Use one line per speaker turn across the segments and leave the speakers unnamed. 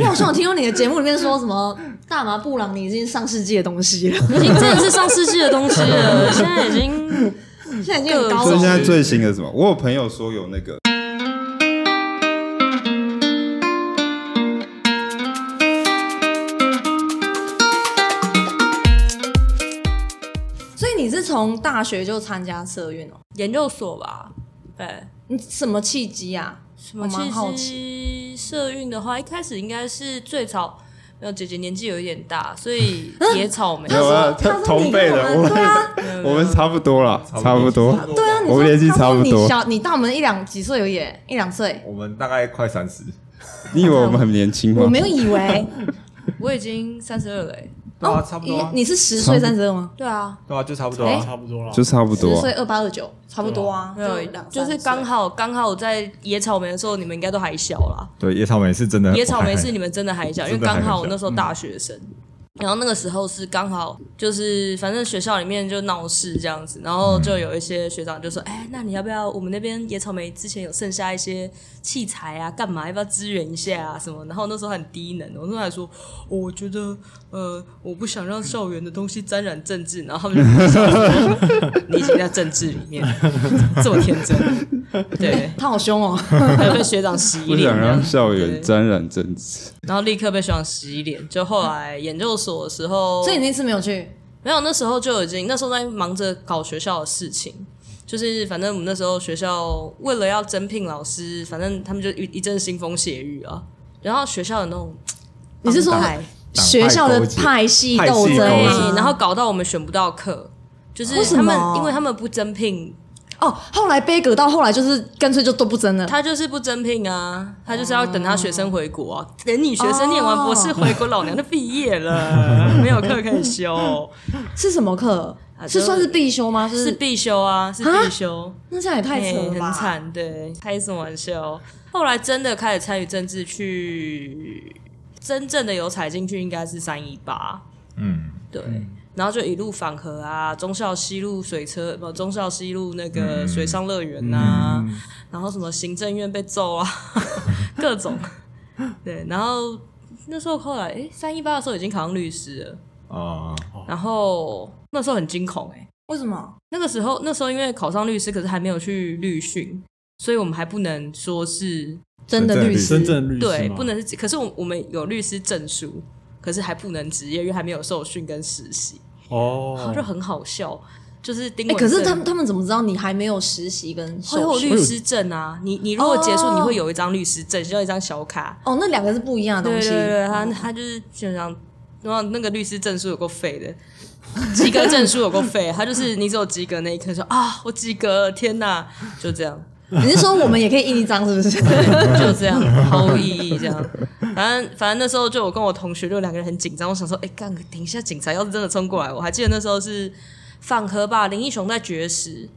我好像有听过你的节目里面说什么大麻布朗尼已经上世纪的东西了，
已经真的是上世纪的东西了，现在已经
现在已经很高
所以
了
现。在最新的是什么？我有朋友说有那个，
所以你是从大学就参加社运哦？
研究所吧，对，
你什么契机啊？
什
我
么
蛮好
契机？社运的话，一开始应该是最早，没有姐姐年纪有一点大，所 以野草莓
没有啊，
他说
他
你
同辈的，
跟
我
我们对啊
们我们差不多啦，差不多。
对啊，你说
我们年纪
他说
差不多
你小你大我们一两几岁而已，一两岁。
我们大概快三十，
你以为我们很年轻吗？
我没有以为
我已经三十二了、欸，
对啊，差不 多
你
啊，
你是十岁三十二吗？
对啊，
对啊，就差不多
哎
啊。
差不多了，
就差不
十
多啊
岁。二八二九，差不多啊，
没有
就两，
就是
三岁
刚好刚好在野草莓的时候，你们应该都还小啦。
对，野草莓是
呃
真的，
野草莓是
我
你们真的还小，因为
真的还
刚好
小
我那
嗯
时候大学生，然后那个时候是刚好就是反正学校里面就闹事这样子，然后
嗯
就有一些学长就说：“哎、那你要不要我们那边野草莓之前有剩下一些器材啊，干嘛要不要支援一下啊什么？”然后那时候很低能，我那时候还说：“哦我觉得呃，我不想让校园的东西沾染政治。”然后他们就笑说你已经在政治里面，这么天真，对，
他好凶哦，
还有被学长洗
不
脸这样，
想让校
对
园沾染政治，
然后立刻被学长洗脸。就后来研究所的时候，
所以你那次没有去，
没有那时候就已经那时候在忙着搞学校的事情，就是反正我们那时候学校为了要增聘老师，反正他们就一一阵腥风血雨啊。然后学校的那种，
你是说
帮派
学校的派系斗争
派系
啊
勾
对，？然后搞到我们选不到课，就是
为什
他
么
们因为他们不增聘，
哦，后来杯葛到后来就是干脆就都不争了。
他就是不增聘啊，他就是要等他学生回国啊，等你学生念完博士回
哦
国，老娘就毕业了，没有课可 以修。
是什么课？
啊就是
算是必修吗？
是
是
必修啊，是必修，
那这样也太扯
嘿
了吧！
很惨，对，开什么玩笑？后来真的开始参与政治去，真正的有踩进去应该是三一八，
嗯，
对。然后就一路反核啊，忠孝西路水车，不，忠孝西路那个水上乐园呐、然后什么行政院被揍啊， 各种，对，然后那时候后来，哎，三一八的时候已经考上律师了，
啊，
然后那时候很惊恐、诶
为什么？
那个时候，那时候因为考上律师，可是还没有去律训，所以我们还不能说是
真的律师
真
真正律师
对，
嘛
不能是。可是我我们有律师证书，可是还不能职业，因为还没有受训跟实习，
哦
就，很好笑。就是丁
哎、
文、
可是他们他们怎么知道你还没有实习跟
会有
受训？
律师证啊，你你如果结束，
哦
你会有一张律师证，需要一张小卡。
哦，那两个是不一样的
对
东
对
西。哦
对，他他就是基本上，然后那个律师证书有够废的，及格证书有够废，他就是你只有及格那一刻说啊，我及格了，天哪，就这样。
你是说我们也可以印一张，是不是？
就这样毫无意义，这样。 反正反正那时候就我跟我同学就两个人很紧张，我想说，哎、干，等一下警察要是真的冲过来，我还记得那时候是放河吧，林义雄在绝食，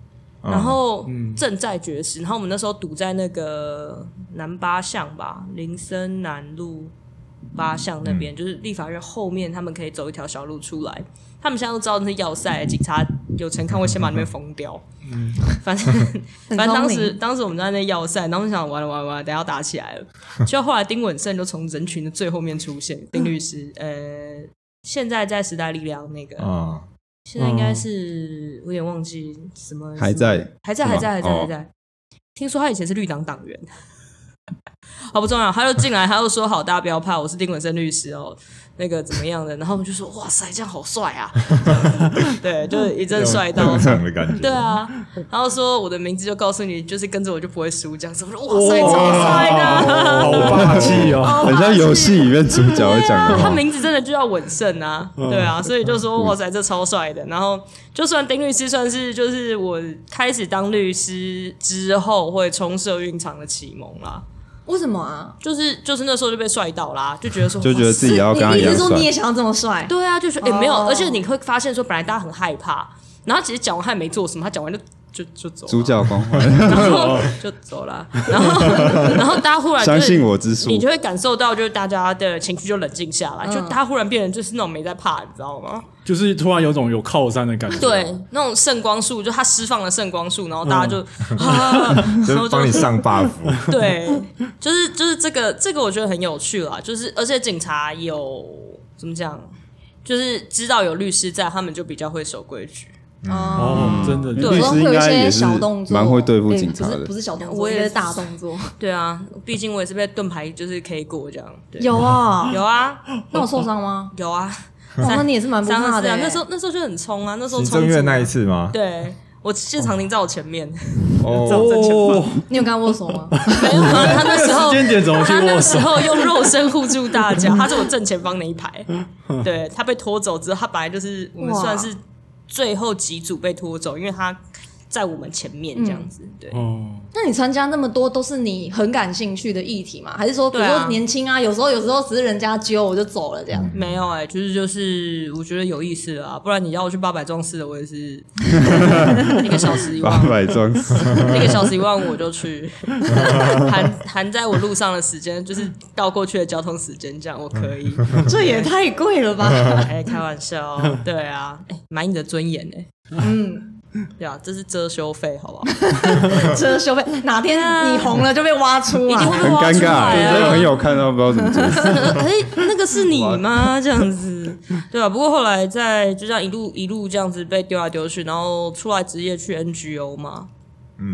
嗯
然后正在绝食，然后我们那时候堵在那个南八巷吧，林森南路八巷那
嗯
边，就是立法院后面，他们可以走一条小路出来。他们现在都知道那是要塞，警察有陈看会先把那边封掉。反正
很
反正
聪
当时
明。
当时我们在那要塞，然后我们想完了完了完了，等一下要打起来了。就后来丁稳胜就从人群的最后面出
嗯
现，丁律师，呃，现在在时代力量那
哦
个，
啊，
现在应该是我有点忘记什么，
还在
还在
是吗
还在还在
哦
还在。听说他以前是绿党党员， 好不重要。他就进来，他就说：“好，大家不要怕，我是丁文生律师哦，那个怎么样的？”然后我们就说：“哇塞，这样好帅啊！” 对，就是一阵帅到
登。场的感觉，
对啊，然后说我的名字就告诉你，就是跟着我就不会输这样子。我说哇塞，超帅啊的！
哦好霸气哦，
很像游戏里面主角会讲的
他
话。
名字真的就叫稳胜啊，
嗯
对啊，所以就说哇塞，这超帅的。然后就算丁律师算是就是我开始当律师之后会冲社运场的启蒙啦，
为什么啊？
就是就是那时候就被帅到啦，就觉得说
就觉得
哇
自己要跟他
你
一
你
样
是说
帅
你，也想要这么帅？
对啊，就是也、诶
哦
没有，而且你会发现说本来大家很害怕，然后其实蒋万汉没做什么，他讲完就就就走了，
主角光 环，
然后就走了，然后 然后大家忽然就
哦相信我之术
你就会感受到就是大家的情绪就冷静下来，就大家忽然变成就是那种没在怕，你知道吗？
就是突然有种有靠山的感觉。啊
对，
哦
那种圣光束，就他释放了圣光束，然后
嗯
大家就、 啊，然后
就帮你 上 buff，
对，就是就是这个这个我觉得很有趣啦，就是而且警察有怎么讲，就是知道有律师在，他们就比较会守规矩。
嗯
哦，
哦，真的，
对
有
律
时候
师
会
应
有一
该也
些
嗯是
小动作，
蛮会对付
哎
警察
不是
的
不。是小动作，
我也
应该
是
是大动作。
对啊，毕竟我也是被盾牌就是 K 过这样。对，
有啊，
有啊
那我受伤 吗？
有啊，
哦，那你也是蛮不
三
怕
二四
的
啊
欸。，
那时候那时候就很冲啊，那时候
行
冲
政
突啊
院那一次吗？
对。我谢长廷在我前面，
哦，
哦，
你有跟他握手吗？
没有啊他那时候
时间点怎么去
他那
握
时
手？
候用肉身护住大家， 他是我正前方那一排。对他被拖走之后，他本来就是我们
哇
算是最后几组被拖走，因为他在我们前面这样子。对，
哦，
那你参加那么多都是你很感兴趣的议题吗？还是说，比如
对啊
说年轻啊，有时候有时候只是人家揪我就走了这样？
没有哎、就是就是，我觉得有意思啊，不然你要我去八百壮士的，我也 是一个小时一
八
万，
百壮士，
一个小时一万我就 去，含含在我路上的时间，就是到过去的交通时间，这样我可以。
这也太贵了吧！
哎、开玩笑，对啊，哎、买你的尊严哎、
嗯，
对啊，这是遮羞费，好不好？
遮羞费，哪天你红了就被挖出
一定会
来。
被
很
挖
尴
出
尬。
来
这
啊
朋！友看到不知道怎么解释。
哎、 那个是你吗？ 这样子，对啊。不过后来在就这样一路一路这样子被丢来丢去，然后出来职业去 NGO 嘛。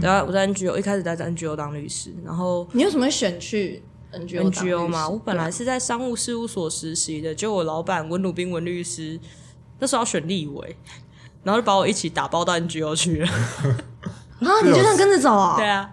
然后我在 NGO 一开始在 NGO 当律师，然后
你为什么会选去 NGO 当律师
NGO 嘛，我本来是在商务事务所实习的，结果我老板文鲁斌文律师那时候要选立委，然后就把我一起打包到 NGO 去了。
啊，你就这样跟着走啊
对？啊，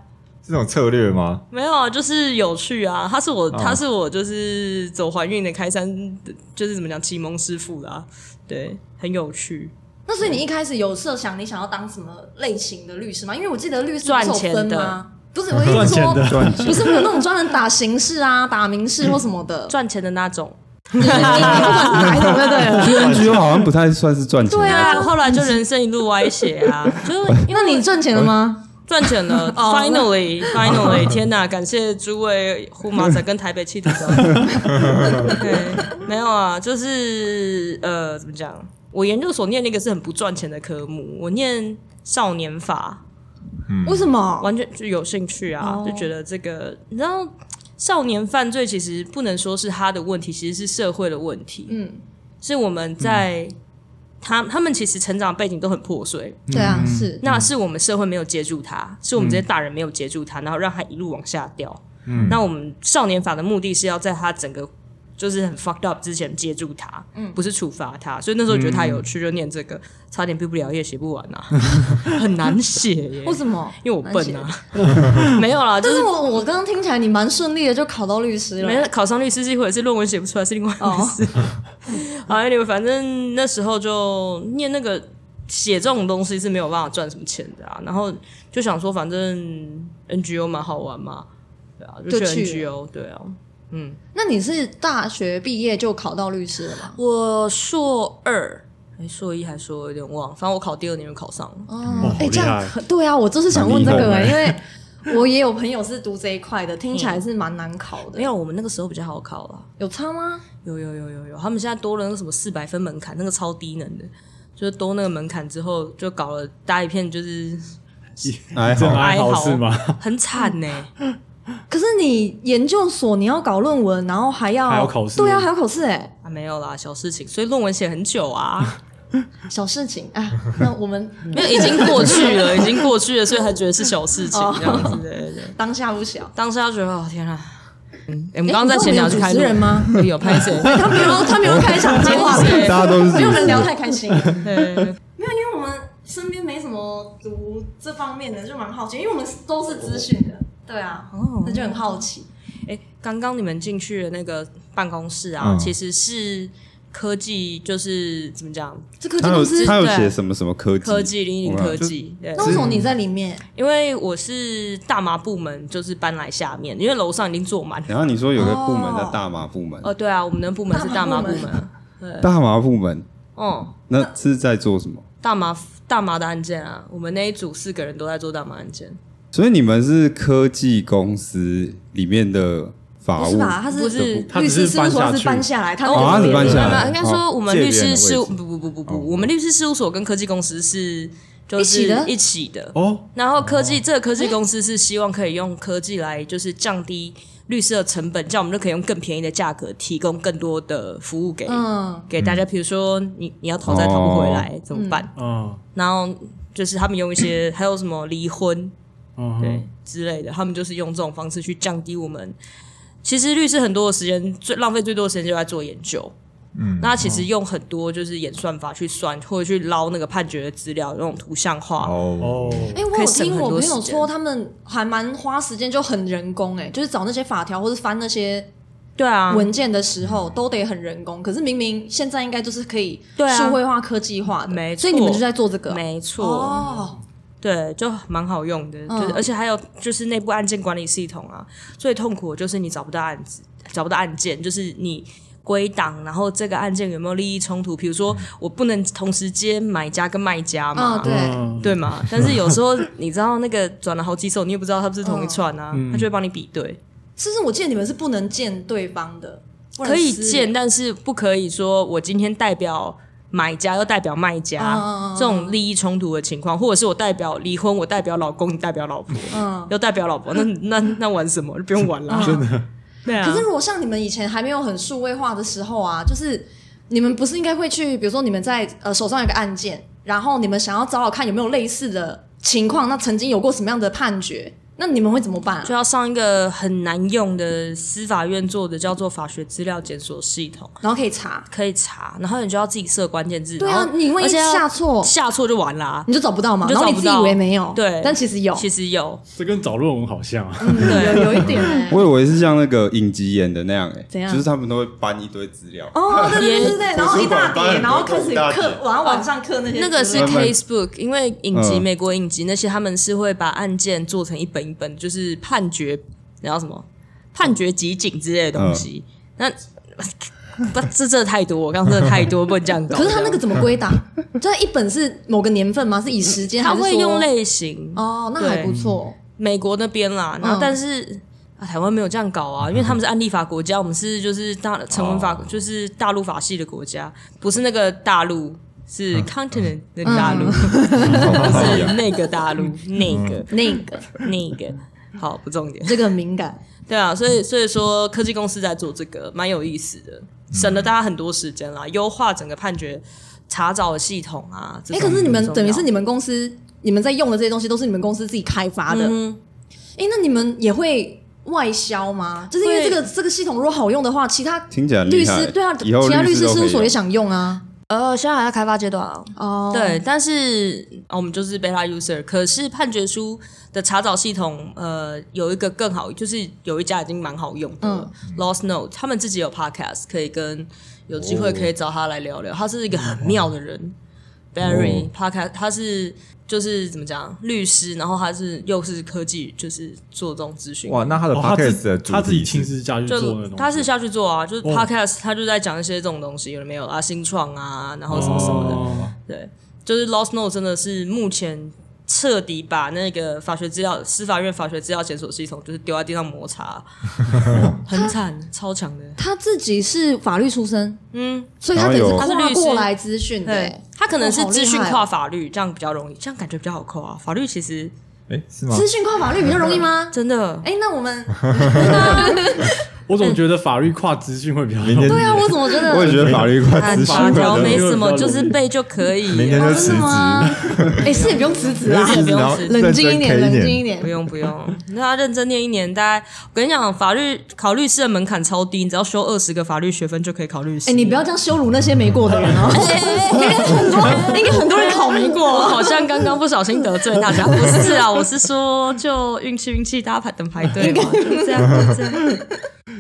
这种策略吗？
没有，啊，就是有趣啊。他是我，他是我，就是走怀孕的开山的，就是怎么讲启蒙师傅啦、对，很有趣，
那所以你一开始有设想你想要当什么类型的律师吗？因为我记得律师
赚
不是
钱
有分
的
吗？不是，我一直说
赚钱的
赚钱
不是会有那种专门打刑事 啊、打民事或什么的，
赚钱的那种。
你你不管是哪一种就对了。
去 NGO 好像不太算是赚钱，
对啊
后来就人生一路歪斜啊，就
那你赚钱了吗？
赚钱了
哦
，finally finally，天哪！感谢诸位呼麻仔跟台北气体交对，没有啊，就是呃，怎么讲？我研究所念那个是很不赚钱的科目，我念少年法，
为什么？
完全就有兴趣啊，
哦
就觉得这个，你知道，少年犯罪其实不能说是他的问题，其实是社会的问题，
嗯，
是我们在、他他们其实成长背景都很破碎，
对
嗯
啊，是。
那是我们社会没有接住他，是我们这些大人没有接住他，然后让他一路往下掉。嗯，那我们少年法的目的是要在他整个就是很 fucked up 之前接住他，
嗯
不是处罚他。所以那时候觉得他有趣，就念这个，差点毕不了业，写不完啊， 很难写耶。
为什么？
因为我笨啊， 没有啦，就
但
是
是我我刚刚听起来你蛮顺利的，就考到律师了。哦
没有哦考上律师是一回事，论文写不出来是另外一回事。 好，anyway，反正那时候就念那个写这种东西是没有办法赚什么钱的啊。然后就想说，反正 NGO 蛮好玩嘛，对啊，就
就去
去 NGO，对啊。
那你是大学毕业就考到律师了吗？
我硕二，哎，硕一还硕二有点忘，反正我考第二年就考上了。
哦
好厉害
这样可对啊，我就是想问这个、
蛮
欸，因为 我也有朋友是读这一块的，听起来是蛮难考的。
没有，我们那个时候比较好考啊啦。
有差吗？
有有有有有，他们现在多了那个什么四百分门槛，那个超低能的，就是多那个门槛之后，就搞了大一片，就是
还
这
好
还好是吗？
很惨呢、
可是你研究所你要搞论文，然后还要
还要考试
对啊，还要考试哎、欸，
啊，没有啦，小事情，所以论文写很久啊，
小事情啊。那我们
没有，已经过去了，已经过去了，所以他觉得是小事情这样子，对对对。
当下不小。
当时他觉得，哦天啊，嗯，诶我们刚刚在前聊去
主
开
持
录
人？ 吗？
有有拍谁？
他没有，他没有开场接 话
对
题，
大家都是
没有人聊太开心。
对，
没有，因为我们身边没什么读这方面的，就蛮好奇，因为我们都是资讯的，对啊，那就很好奇。
哎，刚刚你们进去的那个办公室啊，
嗯
其实是科技，就是怎么讲，
这科技
他有
公司，啊
他有
对
写什么什么科技
科技零零
我看
科技，对。
那为什么你在里面？
因为我是大麻部门，就是搬来下面，因为楼上已经坐满了。
然后你说有个部门叫大麻部门，
哦，对啊，我们的部门是大麻部门。
大麻部门
嗯，
那是在做什么？
大麻大麻的案件啊，我们那一组四个人都在做大麻案件，
所以你们是科技公司里面的
不
法
是
务，
吧？他是
不是
他
律
只是
师事务所，
搬下
他
去
是搬下来，他
哦，
那个
啊
是
你
别
搬
人
下来
没有没有应该说我们
哦
律师事务
借别人
不不不不不，我们律师事务所跟科技公司是就
一
是
起的
一起的。
哦，
然后科技这个科技公司是希望可以用科技来就是降低律师的成本，这样我们就可以用更便宜的价格提供更多的服务给
嗯，
给大家。比如说你你要逃债逃不回来怎么办？
嗯
然后就是他们用一些还有什么离婚
嗯，
对之类的，他们就是用这种方式去降低我们。其实律师很多的时间最浪费最多的时间就在做研究，
嗯，
那其实用很多就是演算法去算，或者去捞那个判决的资料，那种图像化。
哦，
哦，
哎、我
可
有
以省
听
很
我
多
朋
时
友
间
说，他们还蛮花时间，就很人工、哎，就是找那些法条或者翻那些
对啊，
文件的时候、都得很人工。可是明明现在应该就是可以
对啊
数位化、科技化的，
没错
所以你们就在做这个啊、
没错，
哦，
对，就蛮好用的。
嗯
就是而且还有就是内部案件管理系统啊，最痛苦的就是你找不到案子，找不到案件，就是你。归档，然后这个案件有没有利益冲突？比如说，我不能同时接买家跟卖家嘛，
嗯嗯，对，
嗯
对嘛？但是有时候你知道那个转了好几手，你也不知道他不是同一串啊，
嗯
他就会帮你比对。
是不是？我记得你们是不能见对方的，不能
可以
私聊
见，但是不可以说我今天代表买家又代表卖家、
嗯嗯嗯
这种利益冲突的情况，或者是我代表离婚，我代表老公，你代表老婆，
嗯。
又代表老婆，那那那玩什么？就不用玩了，
真
的。对啊
可，是如果像你们以前还没有很数位化的时候啊，就是你们不是应该会去，比如说你们在呃手上有个案件，然后你们想要找找看有没有类似的情况，那曾经有过什么样的判决，那你们会怎么办、啊
就？要上一个很难用的司法院做的叫做法学资料检索系统，
然后可以查。
可以查，然后你就要自己设关键字，
对啊
然，后
你万一
而且要
下错，
下错就完啦、
你就找不到嘛，
你就
然后
找
你
不
自己
到
以为没有，
对
但其实有，
其实有，
这跟找论文好像啊，
嗯有有一点欸。
我以为是像那个影集演的那样、欸，
怎样
就是他们都会搬一堆资料，
哦，对对对对对，然后一大
图书馆
叠，然
很多
后开始
一大叠
刻，然后晚上刻那些资料，
那个是
慢慢
casebook，因为影集、
嗯
美国影集那些他们是会把案件做成一本一本，就是判决，然后什么判决集锦之类的东西。
嗯
那不，这这太多，我刚刚真的太多，不能这样搞。
可是他那个怎么归档？ 就一本是某个年份吗？是以时间还
他
是说？
会用类型，
哦，那还
对
不错。
美国那边啦，然后
嗯
但是。啊台湾没有这样搞 啊，因为他们是案例法国家，我们是就是大成文
哦
法，就是大陆法系的国家，不是那个大陆，是 continent
嗯
的大 陆，
嗯好
是
呀
那个大陆，那个
那 个
那个。好，不重点。
这个很敏感，
对啊，所以所以说科技公司在做这个，蛮有意思的，省了大家很多时间啦，优化整个判决查找的系统啊。
哎、可是你们等于是
你
你们公司，你们在用的这些东西都是你们公司自己开发的。哎、
嗯，
那你们也会外销吗？就是因为
会
这个这个系统如果好用的话，其他
听起来很
律
厉害欸
师对啊，
以后
其他律师
都
事
可
务
以
所
用
也想用啊。
呃，现在还在开发阶段啊。
哦，
对，，但是、哦我们就是 beta user，可是判决书的查找系统，呃，有一个更好，就是有一家已经蛮好用的、了 Lost Note，他们自己有 podcast，可以跟有机会可以找他来聊聊，他是一个很妙的人、b a r r y podcast，他是就是怎么讲，律师，然后他是又是科技，就是做这种咨询。
哇，那他的
哦他
podcast 的
自
主
他自己
题
亲
是
自下去做那
就
种，
他是下去做啊，就是 podcast，、他就在讲一些这种东西，有的没有啊，新创啊，然后什么什么的。
哦
对，就是 Lost No 真的是目前彻底把那个法学资料、司法院法学资料检索系统就是丢在地上摩 擦，很惨，超强的。
他自己是法律出身，
嗯，
所以他
然
等
后
于是
有
他是
跨
律师
过来资讯的、
对，他可能是资
哦好
讯
厉害
跨
哦
法律，这样比较容易，这样感觉比较好扣啊。法律其实
哎是吗？
资讯跨法律比较容易 吗？
真的，
哎、那我们
我总觉得法律跨资讯会比较
明天
好
对啊，我怎么觉得
我也觉得法律快
哎
看
咨
法
询
条
了，
没什么，就是背就可以。
明天就
哦
辞
真的吗
职，？
哎、是也不用辞职 啦，
不用
然后
辞职
冷静一点，
认真
冷
K 一
静一点
不。用不用，那他认真念一年，大概我跟你讲，法律考律师的门槛超低，你只要修二十个法律学分就可以考律师。
哎、你不要这样羞辱那些没过的人哦、应该很多， 应该很多人考没
我
过。
好像刚刚不小心得罪大家，不是啊，我是说就运气运气，大家排等排队嘛，就这样就这样。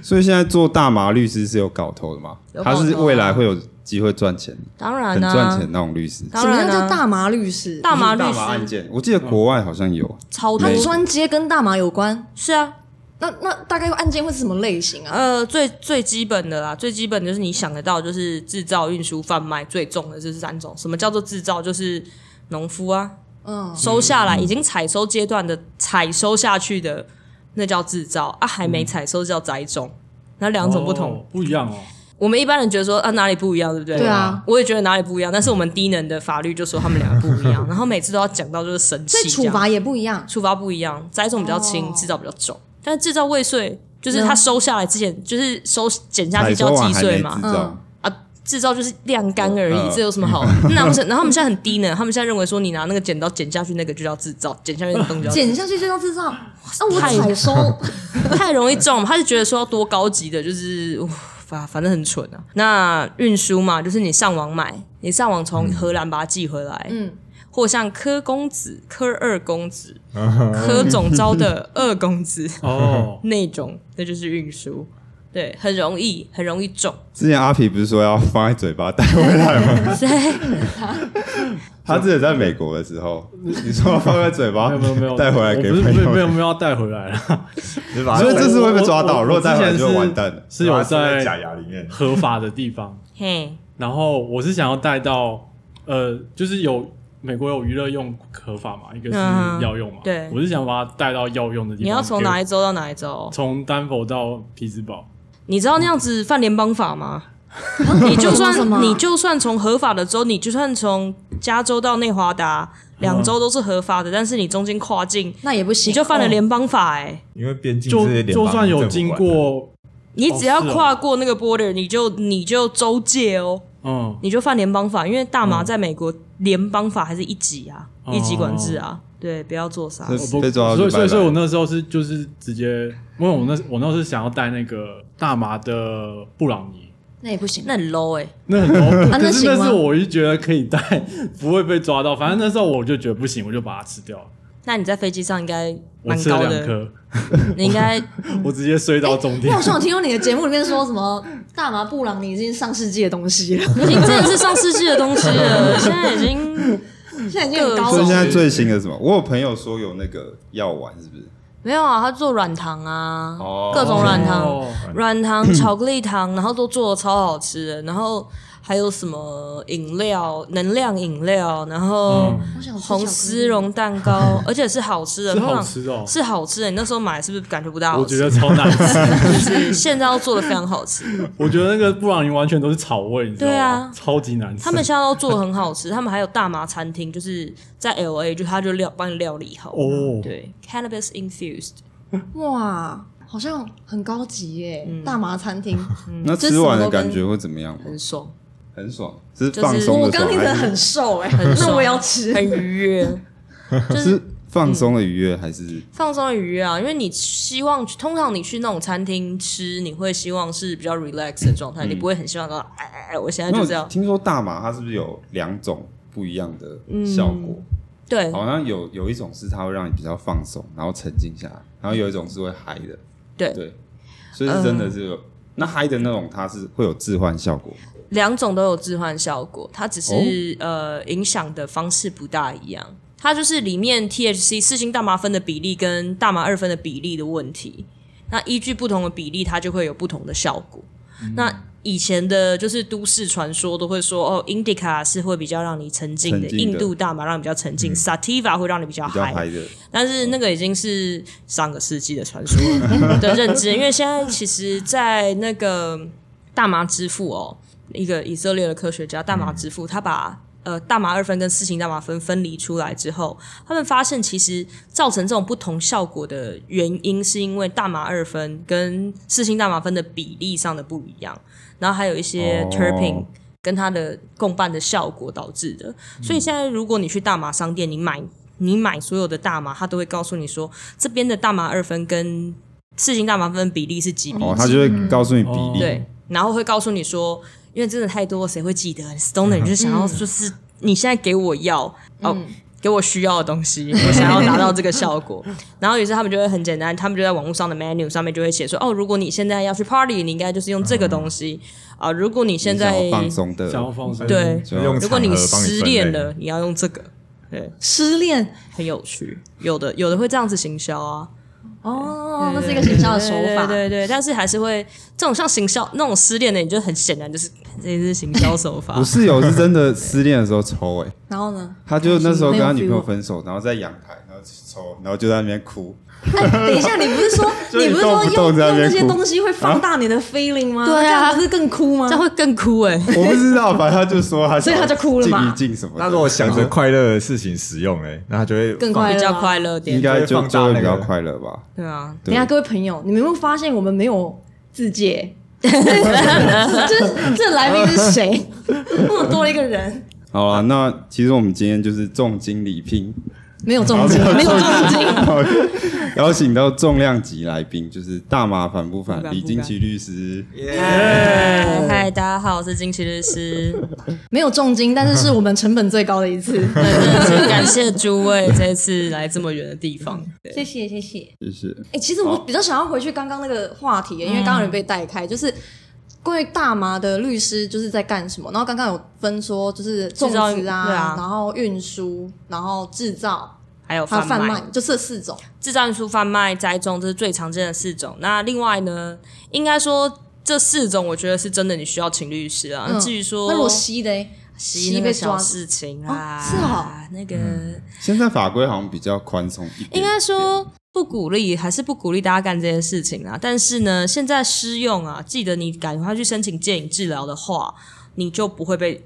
所以现在做大麻律师是有搞头的嘛
有？搞
他
头啊
是未来会有机会赚钱，
当
很
然呢、
赚钱那种律师。
什
当
么
然
叫
呢、
啊叫大麻律师？
大麻律
大麻案
师
件，我记得国外好像有，
超多
他专接跟大麻有关
是啊，
那那大概案件会是什么类型啊？
呃，最最基本的啦，最基本就是你想得到，就是制造、运输、贩卖最重的这三种。什么叫做制造？就是农夫啊，
嗯，
收下来已经采收阶段的采收下去的，那叫制造啊，还
嗯
没采收叫栽种，那两种不同。
哦不一样哦。
我们一般人觉得说啊哪里不一样，对不对？
对啊，
我也觉得哪里不一样，但是我们低能的法律就说他们两个不一样，然后每次都要讲到就是神
所以
奇这
处
样，
罚也不一样。
处罚不一样，栽种比较轻，
哦嗯
制造比较重，但是制造未遂。就是他收下来之前，就是收捡下
采
去叫
收完
计
还没
税
嗯
制
嘛，
造，
啊，制造就是晾干而已，
嗯
这有什么 好？那不是？然后他们现在很低呢，他们现在认为说你拿那个剪刀剪下去那个就叫制造，剪下去那个东西叫制
剪下去就要制造，那我
太
采收，
造，太容易中。他就觉得说要多高级的，就是哇反反正很蠢啊。那运输嘛，就是你上网买，你上网从荷兰把它寄回来，
嗯，
或像柯公子、柯二公子、柯总招的二公子
哦，
那种，那就是运输。对，很容易，很容易中。
之前阿皮不是说要放在嘴巴带回来 吗？他之前在美国的时候，你说要放在嘴巴，
哦没有没有没有，
带回来给
我不
朋
是没有没有
友，
没有要带回来了，
你把它
所以这次会被
我
抓
我
到。
我
如果带回来
之前
就是完蛋了。
是有
在
在
假牙里面，
合法的地方。
嘿，
然后我是想要带到呃，就是有美国有娱乐用合法嘛，一个是
嗯
药用嘛，
对
我是想把它带到药用的地方。
你要从哪
给
一周到哪一周
我？？从丹佛到匹兹堡，
你知道那样子犯联邦法吗？你就
什么
算你就算从合法的州，你就算从加州到内华达，两州都是合法的，但是你中间跨境，
那也不行，
你就犯了联邦法哎、
因为边境这些联
就
邦
就算有经
政府
过，
你只要
哦是哦
跨过那个 border，你就你就州界哦，
嗯，
你就犯联邦法，因为大麻在美国联邦法还是一级啊，
哦
一级管制啊，对，不要做啥
这。
我不
被抓到就
所以所
拜拜
以所以我那时候是就是直接，因为我那我那时候是想要带那个大麻的布朗尼。
那也不行。
那很 low 哎、
那 很 low，、
啊那
可是
行吗
那是我就觉得可以带，不会被抓到。反正那时候我就觉得不行，我就把它吃掉了。
那你在飞机上应该
我
蛮
吃
高
了两
的，
颗，
你应该
我直接睡到 终
我
点
好。像有听过你的节目里面说什么大麻布朗尼已经上世纪的东西了，
已经真的是上世纪的东西了，现在已经
现在已经很
哦
高
所以
了
现。在最新的是什么？我有朋友说有那个药丸，是不是？
没有啊，他做软糖啊，
哦
各种软糖、
哦
软 糖、巧克力糖，然后都做的超好吃的，然后还有什么饮料、能量饮料，然后
嗯
我想吃巧克
红
力
丝，绒蛋 糕，而且是好吃的，
是
通
好
常
吃的哦
是好吃的。你那时候买是不是感觉不大好
我
吃？
觉得超难吃，
就是现在都做的非常好吃，
我觉得那个布朗尼完全都是草味，你知道吗？
对啊
超级难吃。
他们现在都做的很好吃，他们还有大麻餐厅，就是在 L A，就他就料帮你料理好。
哦
对，cannabis infused，
哇，好像很高级耶！大麻餐厅，
那
这
吃完
什
的
么跟
感觉会怎么样吗？
很爽，
很爽，是
就是
放松
我
的
刚
爽，
听
还
着
是
很瘦哎，
很爽
那我也要吃。
很愉悦，就是
是放松的愉悦，还是
放松的愉悦啊，因为你希望通常你去那种餐厅吃，你会希望是比较 relax 的状态，你不会很希望说，哎，我现在就这
嗯那我
样。
听说大麻它是不是有两种不一样的效果？
对，
好像有有一种是它会让你比较放松，然后沉静下来，然后有一种是会嗨的。
对
对，所以是真的
嗯
是有、那嗨的那种，它是会有置换效果。
两种都有置换效果，它只是、呃影响的方式不大一样。它就是里面 THC 四氢大麻酚的比例跟大麻二酚的比例的问题。那依据不同的比例，它就会有不同的效果。那以前的就是都市传说都会说哦，Indica 是会比较让你沉静的，
沉静
印
的
度大麻让你比较沉静、s a t i v a 会让你比较
哦
比较
嗨。
嗨的，
但是那个已经是上个世纪的传说了的认知，因为现在其实，在那个大麻之父哦，一个以色列的科学家大麻之父，他把呃大麻二酚跟四氢大麻酚分离出来之后，他们发现其实造成这种不同效果的原因，是因为大麻二酚跟四氢大麻酚的比例上的不一样，然后还有一些
哦
terpene。跟它的共伴的效果导致的，所以现在如果你去大麻商店，你买你买所有的大麻，它都会告诉你说，这边的大麻二分跟四氢大麻分比例是几比几，
哦，它就会告诉你比
嗯
例。
对，然后会告诉你说，因为真的太多，谁会记得？Stoner 就是想要，就是你现在给我要哦。给我需要的东西，我想要达到这个效果。然后于是他们就会很简单，他们就在网络上的 menu 上面就会写说：哦，如果你现在要去 party，你应该就是用这个东西啊、如果你现
你想
在
要放松的，
想要放松，
对，
就
用
如果你
场合帮你
失
分类
恋了，你要用这个。对，
失恋
很有趣。有的有的会这样子行销啊，
哦，那是一个行销的手法。
对对对，但是还是会这种像行销那种失恋的，你就很显然就是 这也是行销手法
我。室友是真的失恋的时候抽哎、
然后呢？
他就那时候跟他女朋友分手，然后在阳台，然后抽，然后就在那边 哭。
哎，等一下，你不是说
就是
你不是说
你动
用
不动
用
在那
那
边
些
哭
东西会放大你的 feeling 吗？
对啊
这样不是更哭吗
这？样会更哭哎、
我不知道，反正他就说他，
所以他就哭了嘛
静一静什么的。
那如果想着快乐的事情使用嘞，那他就会
嗯更
放
快乐
比较快乐
应
点。
该就
放大
就会比
那
较
个
快乐吧？
对啊，
等
对
一下，各位朋友，你们有没有发现我们没有自介？这这来宾是谁？我多了一个人，
好啦，那其实我们今天就是重金礼聘，
没有重金，没有重金。
邀请到重量级来宾，就是大麻烦不
不
烦
敢
李
不
金
敢
奇律师。
嗨哎嗨，大家好，我是金奇律师，
没有重金，但是是我们成本最高的一次。
很感谢诸 位这次来这么远的地方。对
谢谢谢谢。
谢谢。
哎、其实我比较想要回去刚刚那个话题，因为刚刚有
嗯
人被带开，就是关于大麻的律师就是在干什么。然后刚刚有分说，就是种
制造
植啊，
对啊
然后运输，然后制造，
还有
还有
贩
贩卖
卖、，
就这四种。
制造、运输、贩卖、栽种，这是最常见的四种。那另外呢，应该说这四种，我觉得是真的你需要请律师啊。
嗯
至于说
那如果吸的、欸，
吸
吸
那
被
个
抓
小
住
事情啊，
哦是哦，
那个、
现在法规好像比较宽松一点，
应该说不鼓励，还是不鼓励大家干这些事情啊。但是呢，现在施用啊，记得你赶快去申请戒瘾治疗的话，你就不会被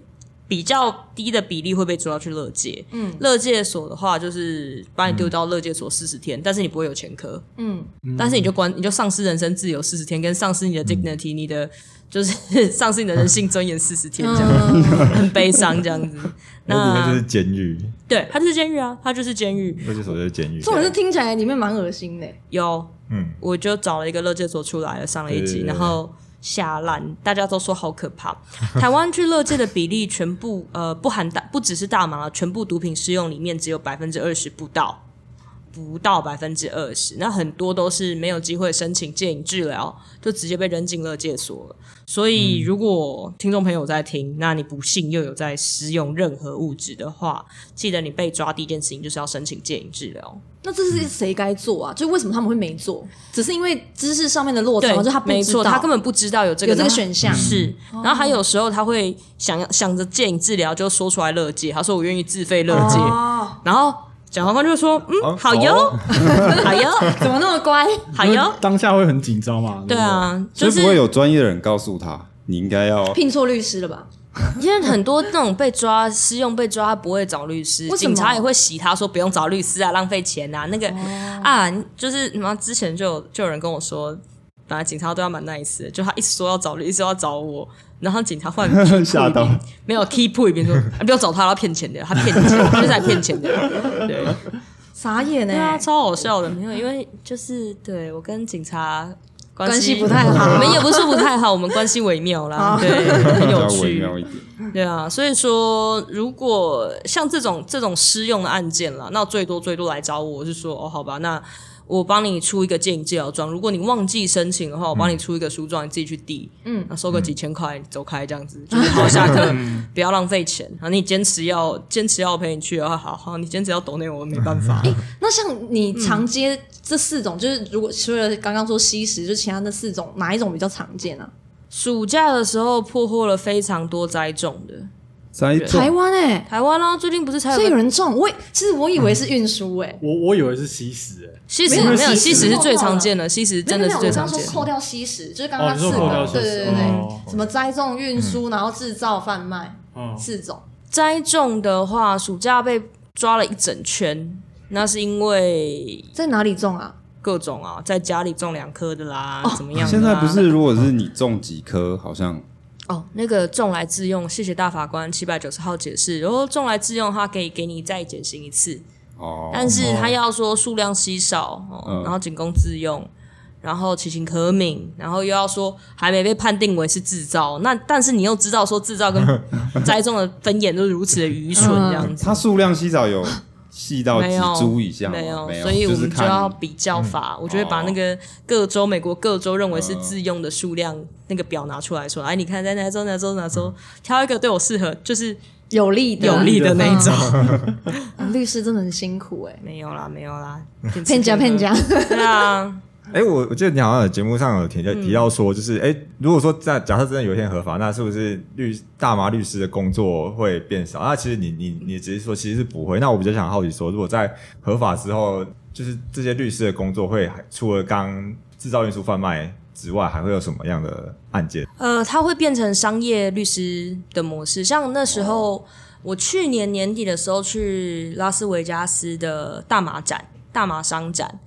比较低的比例会被抓去乐戒。
嗯
乐戒所的话，就是把你丢到乐戒所四十天，但是你不会有前科，
嗯，
但是你就关，你就丧失人身自由四十天，跟丧失你的 dignity，、你的就是 丧失你的人性尊严四十天，这样、
嗯
很悲伤，这样子。
那里面就
那
是监狱，
对，它就是监狱啊，它就是监狱。
那就所谓的监狱。
重点是听起来里面蛮恶心的欸、
有
嗯，
我就找了一个乐界所出来了，上了一集，
对对对
然后下烂，大家都说好可 怕。台湾去乐界的比例全部呃不含大，不只是大麻，全部毒品使用里面只有百分之二十不到，不到百分之二十，那很多都是没有机会申请戒瘾治疗，就直接被扔进乐界所了。所以，
嗯
如果听众朋友在听，那你不幸又有在使用任何物质的话，记得你被抓第一件事情就是要申请戒瘾治疗。
那这
嗯
是谁该做啊？就为什么他们会没做？只是因为知识上面的落差，
对，
哦就他不
没
知道，
错，他根本不知道有这个
有这个
然后
选项哦
是，然后他有时候他会想要想着戒瘾治疗，就说出来乐戒，他说我愿意自费乐戒，
哦，
然后蒋黄光就说嗯
哦
好哟，
哦
好哟，
怎么那么乖？
好
因 为
哟，
当下会很紧张嘛。
对
不，
啊，
嗯所
就
以不会
是
有专业的人告诉他，你应 该要
聘错律师了吧？
因为很多那种被抓私用被抓，他不会找律师，
为什么
警察也会洗他说不用找律师啊，浪费钱啊，那个
哦
啊，就是什么之前就有就有人跟我说。本来警察对他蛮 nice 的，就他一直说要找律师，一直说要找我，然后警察换
吓到。
没有 keep 一 边说、啊、不要找他，他骗钱的，他骗钱，他就是来骗钱的。对，
傻眼欸呢、
对啊，超好笑的。没有，因为就是对我跟警察关
关系不太好
我们也不是不太好，我们关系微妙 啦，对，很
比较
有
微
趣。
妙一点。
对啊，所以说，如果像这种这种私用的案件啦，那最多最多来找我，我是说哦，好吧，那我帮你出一个建议治疗状，如果你忘记申请的话，我帮你出一个书状，你自己去递，
嗯
嗯，那收个几千块，你走开这样子，就是好下 课，不要浪费钱。然后你坚持要坚持要我陪你去的话，好好，你坚持要抖内我没办法，
那像你常接这四种，就是如果除了刚刚说吸食，就其他那四种，哪一种比较常见啊？
暑假的时候破获了非常多栽种的
台
栽种
湾哎、
台湾啦、最近不是才
所以有
有个
人中，我也其实我以为是运输哎，
我我以为是吸食欸，
吸食
没有
没有
吸
吸
食
食是
破
最
获
常
了
见的，吸食真
没
的
有
是
没
最
有，我刚
常
刚
见
哦说
的。
扣掉吸食，就是刚
哦
刚
你
四
说
种，嗯
扣掉吸食
对对对对，
哦
什么栽种、运输，然后制造、贩卖
嗯，
四种，
栽种的话，暑假被抓了一整圈，那是因为
在哪里种啊？
各种啊，在家里种两颗的啦，怎么样的啦？
哦
啊
现在不是，如果是你种几颗，好像
哦，那个种来自用，谢谢大法官七百九十号解释。然后种来自用，他可以给你再减刑一次，
哦，
但是他要说数量稀少，哦
嗯
然后仅供自用。然后其情可悯，然后又要说还没被判定为是制造，那但是你又知道说制造跟 栽种的分野都是如此的愚蠢，这样子。
它数量稀少有细到
没
几
有
株以下吗
没有，
没有，
所以我
是
们就
看嗯哦
要比较法，我就会把那个各州、美国各州认为是自用的
嗯
数量那个表拿出来说，哎，你看在哪州、哪州、哪州，挑一个对我适合，就是
有力的，
啊
有力的那一种。
嗯律师真的很辛苦哎、
没有啦，没有 啦，
骗家
家
骗家。
对啊，
哎，我我记得你好像有节目上有提到提到说，就是
嗯
哎，如果说在假设真的有一天合法，那是不是律大麻律师的工作会变少？那其实你你你只是说其实是不会。那我比较想好奇说，如果在合法之后，就是这些律师的工作会还除了刚制造、运输、贩卖之外，还会有什么样的案件？
呃，它会变成商业律师的模式。像那时候，我去年年底的时候去拉斯维加斯的大麻展、大麻商展，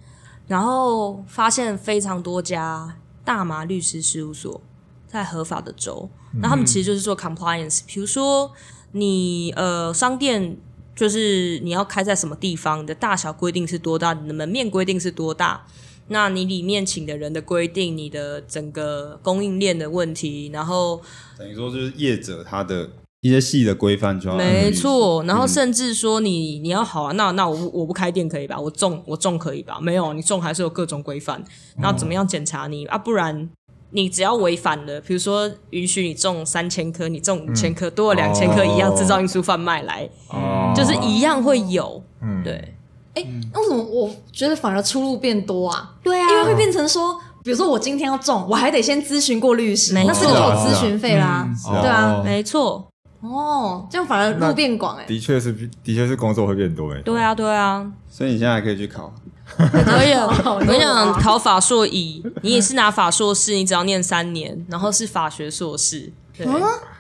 然后发现非常多家大麻律师事务所在合法的州，那他们其实就是做 compliance，比如说你呃商店。就是你要开在什么地方，你的大小规定是多大，你的门面规定是多大，那你里面请的人的规定，你的整个供应链的问题，然后
等于说就是业者他的一些细的规范
嗯
就要
没错，然后
是
甚至说你你要好啊，那那我不我不开店可以吧？我种我种可以吧？没有，你种还是有各种规范，
嗯
那怎么样检查你、啊？不然你只要违反了，比如说允许你种三千颗，你种五千颗，多了两千颗
哦
一样制造运输贩卖来，
哦
嗯就是一样会有，
嗯，
对
哎、那为什么我觉得反而出路变多啊？
对
因为会变成说，比如说我今天要中，我还得先咨询过律师，
没
那这个就
错
有咨询费啦，
嗯
是啊
对啊，
哦
没错，
哦，这样反而路变广哎、
的确是的确是工作会变多哎。
对啊，对啊，
所以你现在还可以去考，
可以啊，
好
我跟你讲，考法硕乙，你也是拿法硕士，你只要念三年，然后是法学硕士。对、
啊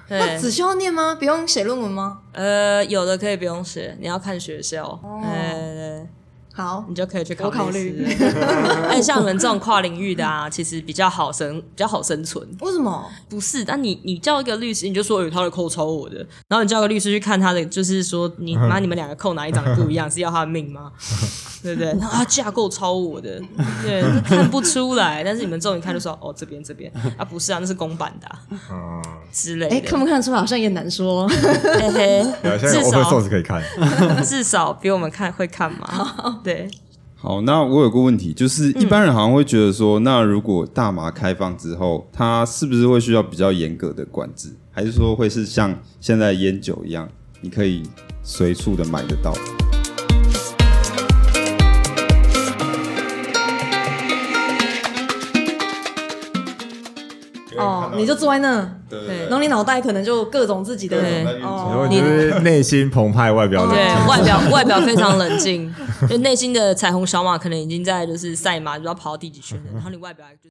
那
对，
只需要念吗？不用写论文吗？
呃，有的可以不用学，你要看学校，呃，
好
你，就可以去考
哦我考
律
虑
师。 而且像我们这种跨领域的啊，其实比较好生，比较好生存。
为什么？
不是，但你你叫一个律师，你就说哎有他的扣抽我的，然后你叫个律师去看他的，就是说你
嗯
妈你们两个扣哪一张不一样，是要他的命吗？对不对？然后他架构超我的，对，这看不出来。但是你们这种一看就说哦这边这边啊不是啊，那是公版的、啊、
嗯，
之类
哎、
的
看。不看得出来好像也难说。
嘿嘿
对啊，现在
至
有 open
少
source 可以看。
至少比我们看会看嘛，对，
好，那我有个问题，就是一般人好像会觉得说，那如果大麻开放之后，它是不是会需要比较严格的管制，还是说会是像现在烟酒一样，你可以随处的买得到？
哦，你就坐在那，
对
对
然后你脑袋可能就各种自己的
对
然后
哦，
你就是内心澎湃，外表冷
对
静。，
外表外表非常冷静，就内心的彩虹小马可能已经在就是赛马就要跑到第几圈了，然后你外表就。